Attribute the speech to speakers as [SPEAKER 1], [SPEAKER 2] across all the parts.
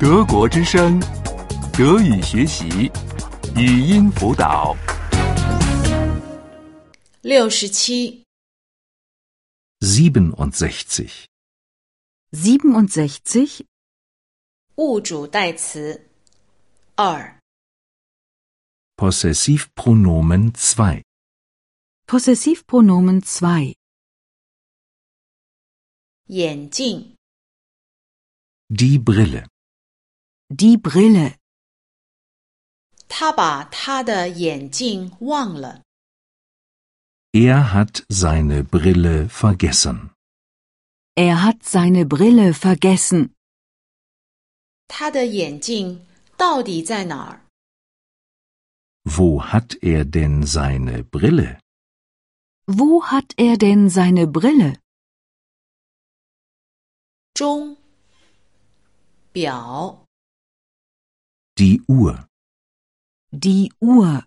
[SPEAKER 1] 德国之声，德语学习，语音辅导。
[SPEAKER 2] 六十七，
[SPEAKER 3] 67.
[SPEAKER 4] 67.
[SPEAKER 2] 物主代词二，
[SPEAKER 3] Possessivpronomen 2.
[SPEAKER 4] Possessivpronomen 2.
[SPEAKER 2] 眼镜、
[SPEAKER 3] Die Brille.
[SPEAKER 4] Die Brille.
[SPEAKER 2] 他把他的眼镜忘了。
[SPEAKER 3] Er hat seine Brille vergessen.
[SPEAKER 4] Er hat seine Brille vergessen.
[SPEAKER 2] 他的眼镜到底在哪儿？
[SPEAKER 3] Wo hat er denn seine Brille?
[SPEAKER 4] Wo hat er denn seine Brille?
[SPEAKER 2] 钟、表、
[SPEAKER 3] Die Uhr.
[SPEAKER 4] Die Uhr.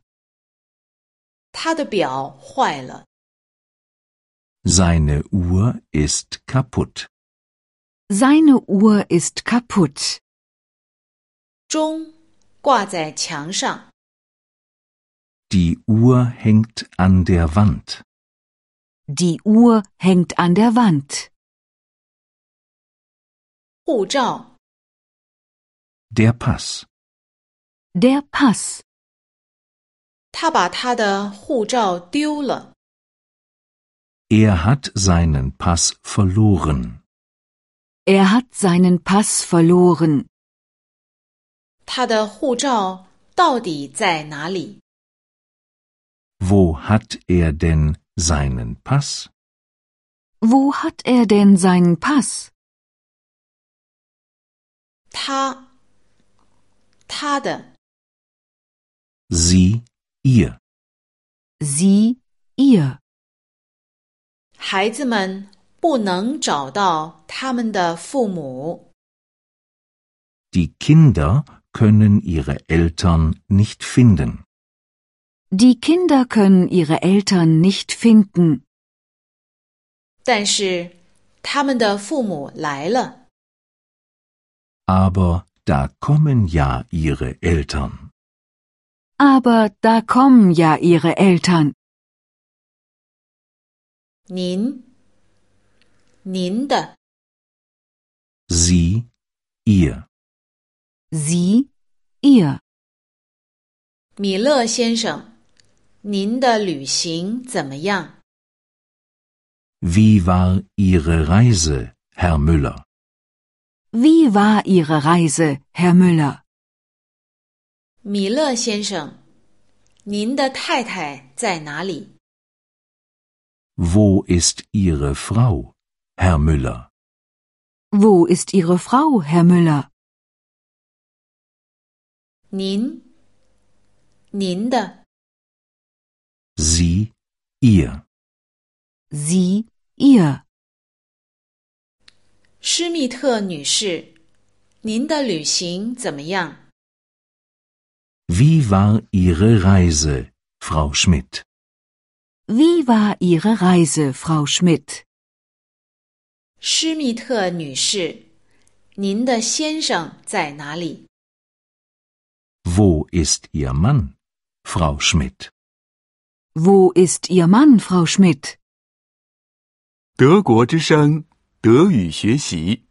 [SPEAKER 2] 他的表坏了。
[SPEAKER 3] Seine Uhr ist kaputt.
[SPEAKER 4] Seine Uhr ist kaputt.
[SPEAKER 2] 钟挂在墙上，
[SPEAKER 3] Die Uhr hängt an der Wand.
[SPEAKER 4] Die Uhr hängt an der Wand.
[SPEAKER 2] 护照、
[SPEAKER 3] Der Pass.
[SPEAKER 4] Der Pass.
[SPEAKER 2] 他把他的护照丢了。
[SPEAKER 3] Er hat seinen Pass verloren.
[SPEAKER 4] Er hat seinen Pass verloren.
[SPEAKER 2] 他的护照到底在哪里？
[SPEAKER 3] Wo hat er denn seinen Pass?
[SPEAKER 4] Wo hat er denn seinen Pass?
[SPEAKER 2] 他、他的、
[SPEAKER 3] Sie, ihr.
[SPEAKER 4] Sie, ihr.
[SPEAKER 2] 孩子们不能找到他们的父母，
[SPEAKER 3] Die Kinder können ihre Eltern nicht finden.
[SPEAKER 4] Die Kinder können ihre Eltern nicht finden,
[SPEAKER 2] 但是他们的父母来了。
[SPEAKER 3] Aber da kommen ja ihre Eltern.
[SPEAKER 4] aber da kommen ja ihre Eltern.
[SPEAKER 2] 您、您的、
[SPEAKER 3] Sie, ihr.
[SPEAKER 4] Sie, ihr.
[SPEAKER 2] 米勒先生，您的旅行怎么样？
[SPEAKER 3] Wie war Ihre Reise, Herr Müller?
[SPEAKER 4] Wie war Ihre Reise, Herr Müller?
[SPEAKER 2] 米勒先生，您的太太在哪里？
[SPEAKER 3] Wo ist Ihre Frau, Herr Müller?
[SPEAKER 4] Wo ist Ihre Frau, Herr Müller?
[SPEAKER 2] 您，您的，
[SPEAKER 3] Sie, ihr.
[SPEAKER 4] Sie, ihr.
[SPEAKER 2] 施密特女士，您的旅行怎么样？
[SPEAKER 3] Wie war Ihre Reise, Frau Schmidt?
[SPEAKER 4] Wie war Ihre Reise, Frau Schmidt?
[SPEAKER 2] 施密特女士，您的先生在哪里？
[SPEAKER 3] Wo ist Ihr Mann, Frau Schmidt?
[SPEAKER 4] Wo ist Ihr Mann, Frau Schmidt?
[SPEAKER 1] 德国之声，德语学习，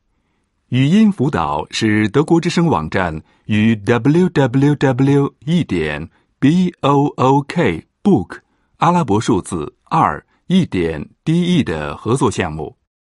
[SPEAKER 1] 语音辅导是德国之声网站与 www. 一点 b o o k book 阿拉伯数字二一点 d e 的合作项目。